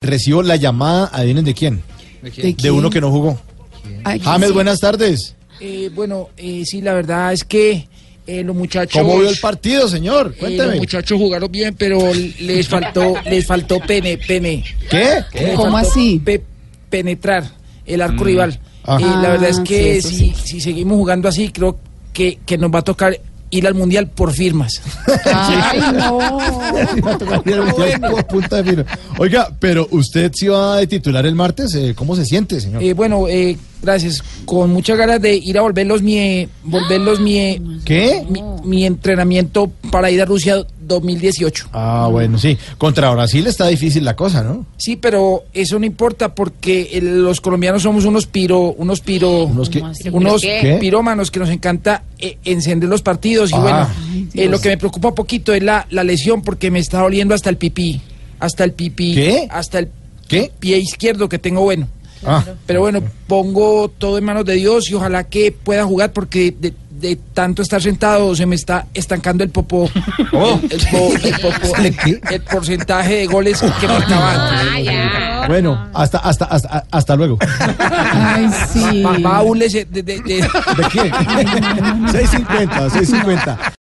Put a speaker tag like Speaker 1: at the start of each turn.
Speaker 1: Recibo la llamada, adivinen de quién,
Speaker 2: quién?
Speaker 1: de uno que no jugó.
Speaker 3: Ay, ¿quién
Speaker 1: James,
Speaker 3: sí?
Speaker 1: buenas tardes.
Speaker 2: Eh, bueno, eh, sí, la verdad es que eh, los muchachos.
Speaker 1: ¿Cómo vio el partido, señor?
Speaker 2: eh, los
Speaker 1: Cuénteme.
Speaker 2: muchachos jugaron bien, pero les faltó, les faltó pene, pene.
Speaker 1: ¿Qué?
Speaker 2: Les
Speaker 3: ¿Cómo
Speaker 2: faltó
Speaker 3: así?
Speaker 2: pe- penetrar el arco rival.
Speaker 1: Ah.
Speaker 2: Eh, la verdad es
Speaker 3: Ah,
Speaker 2: que
Speaker 3: sí, eso
Speaker 2: si, si seguimos jugando así, creo que, que nos va a tocar ir al mundial por firmas.
Speaker 3: Ay, no.
Speaker 1: Por punta de filo. Oiga, pero usted sí va de titular el martes, eh, ¿cómo se siente, señor?
Speaker 2: Eh, bueno, eh, gracias. Con muchas ganas de ir a volverlos mi, eh, volverlos mi, eh,
Speaker 3: Ah,
Speaker 1: ¿Qué?
Speaker 2: mi, mi entrenamiento para ir a Rusia 2018.
Speaker 1: Ah, bueno, sí. Contra Brasil está difícil la cosa, ¿no?
Speaker 2: Sí, pero eso no importa porque eh, los colombianos somos unos piro, unos piro,
Speaker 1: Unos que-
Speaker 2: unos
Speaker 1: ¿Qué?
Speaker 2: pirómanos que nos encanta eh, encender los partidos y
Speaker 1: Ah.
Speaker 2: bueno,
Speaker 1: Ay,
Speaker 2: eh, lo que me preocupa un poquito es la, la lesión porque me está doliendo hasta el pipí, hasta el pipí,
Speaker 1: ¿Qué?
Speaker 2: hasta el
Speaker 1: ¿Qué?
Speaker 2: pie izquierdo que tengo bueno.
Speaker 1: Ah,
Speaker 2: Pero bueno, pongo todo en manos de Dios y ojalá que pueda jugar porque de, de tanto estar sentado se me está estancando el popo,
Speaker 1: Oh.
Speaker 2: el, el po- el popo-
Speaker 1: ¿Sale qué?
Speaker 2: el porcentaje de goles que marcaba antes.
Speaker 4: Ah, ya.
Speaker 1: bueno, hasta, hasta, hasta, hasta luego.
Speaker 3: Ay, sí.
Speaker 2: Baúles de- de- de-
Speaker 1: ¿De qué? 6.50, 6.50.